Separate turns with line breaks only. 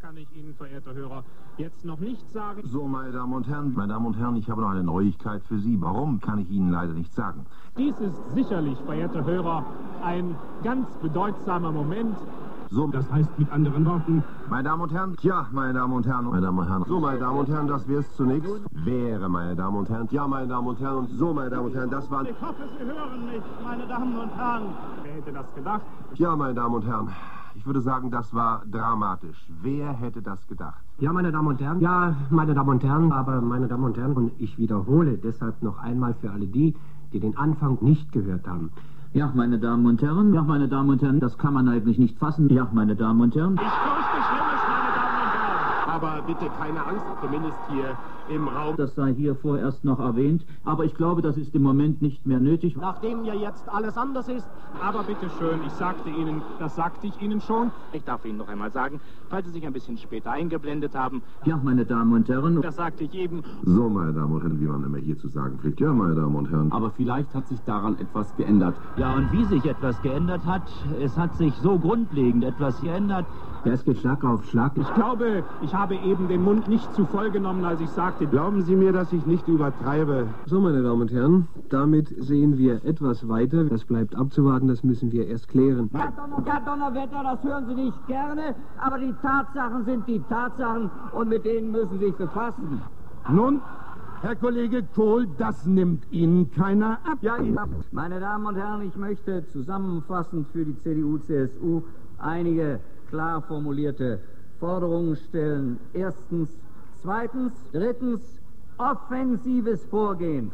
kann ich Ihnen, verehrte Hörer, jetzt noch nicht sagen.
So, meine Damen und Herren, meine Damen und Herren, ich habe noch eine Neuigkeit für Sie. Warum, kann ich Ihnen leider nicht sagen.
Dies ist sicherlich, verehrte Hörer, ein ganz bedeutsamer Moment.
So,
Das heißt mit anderen Worten,
meine Damen und Herren, tja, meine Damen und Herren, meine Damen und Herren, so, meine Damen und Herren, das wäre es zunächst. Wäre, meine Damen und Herren, ja, meine Damen und Herren, und so, meine Damen und Herren, das waren,
Ich hoffe, Sie hören mich, meine Damen und Herren.
Wer hätte das gedacht?
ja, meine Damen und Herren, ich würde sagen, das war dramatisch. Wer hätte das gedacht?
Ja, meine Damen und Herren, ja, meine Damen und Herren, aber meine Damen und Herren, und ich wiederhole deshalb noch einmal für alle die, die den Anfang nicht gehört haben.
Ja, meine Damen und Herren, ja, meine Damen und Herren, das kann man eigentlich nicht fassen. Ja, meine Damen und Herren.
Ich fürchte Schlimmes, meine Damen und Herren.
Aber bitte keine Angst, zumindest hier im Raum.
Das sei hier vorerst noch erwähnt, aber ich glaube, das ist im Moment nicht mehr nötig.
Nachdem ja jetzt alles anders ist,
Aber bitte schön, ich sagte Ihnen, das sagte ich Ihnen schon.
Ich darf Ihnen noch einmal sagen, falls Sie sich ein bisschen später eingeblendet haben,
Ja, meine Damen und Herren,
das sagte ich eben,
So, meine Damen und Herren, wie man immer hier zu sagen pflegt, ja, meine Damen und Herren.
Aber vielleicht hat sich daran etwas geändert.
ja, und wie sich etwas geändert hat, es hat sich so grundlegend etwas geändert.
Ja, es geht Schlag auf Schlag. Ich
Ich glaube, ich habe eben den Mund nicht zu voll genommen, als ich sagte,
Glauben Sie mir, dass ich nicht übertreibe.
so, meine Damen und Herren, damit sehen wir etwas weiter. Das bleibt abzuwarten, das müssen wir erst klären.
Ja, Donner, ja, Donnerwetter, das hören Sie nicht gerne, aber die Tatsachen sind die Tatsachen und mit denen müssen Sie sich befassen.
Nun, Herr Kollege Kohl, das nimmt Ihnen keiner ab. Ja, ich
Meine Damen und Herren, ich möchte zusammenfassend für die CDU-CSU einige klar formulierte Forderungen stellen. Erstens, zweitens, drittens, offensives Vorgehen.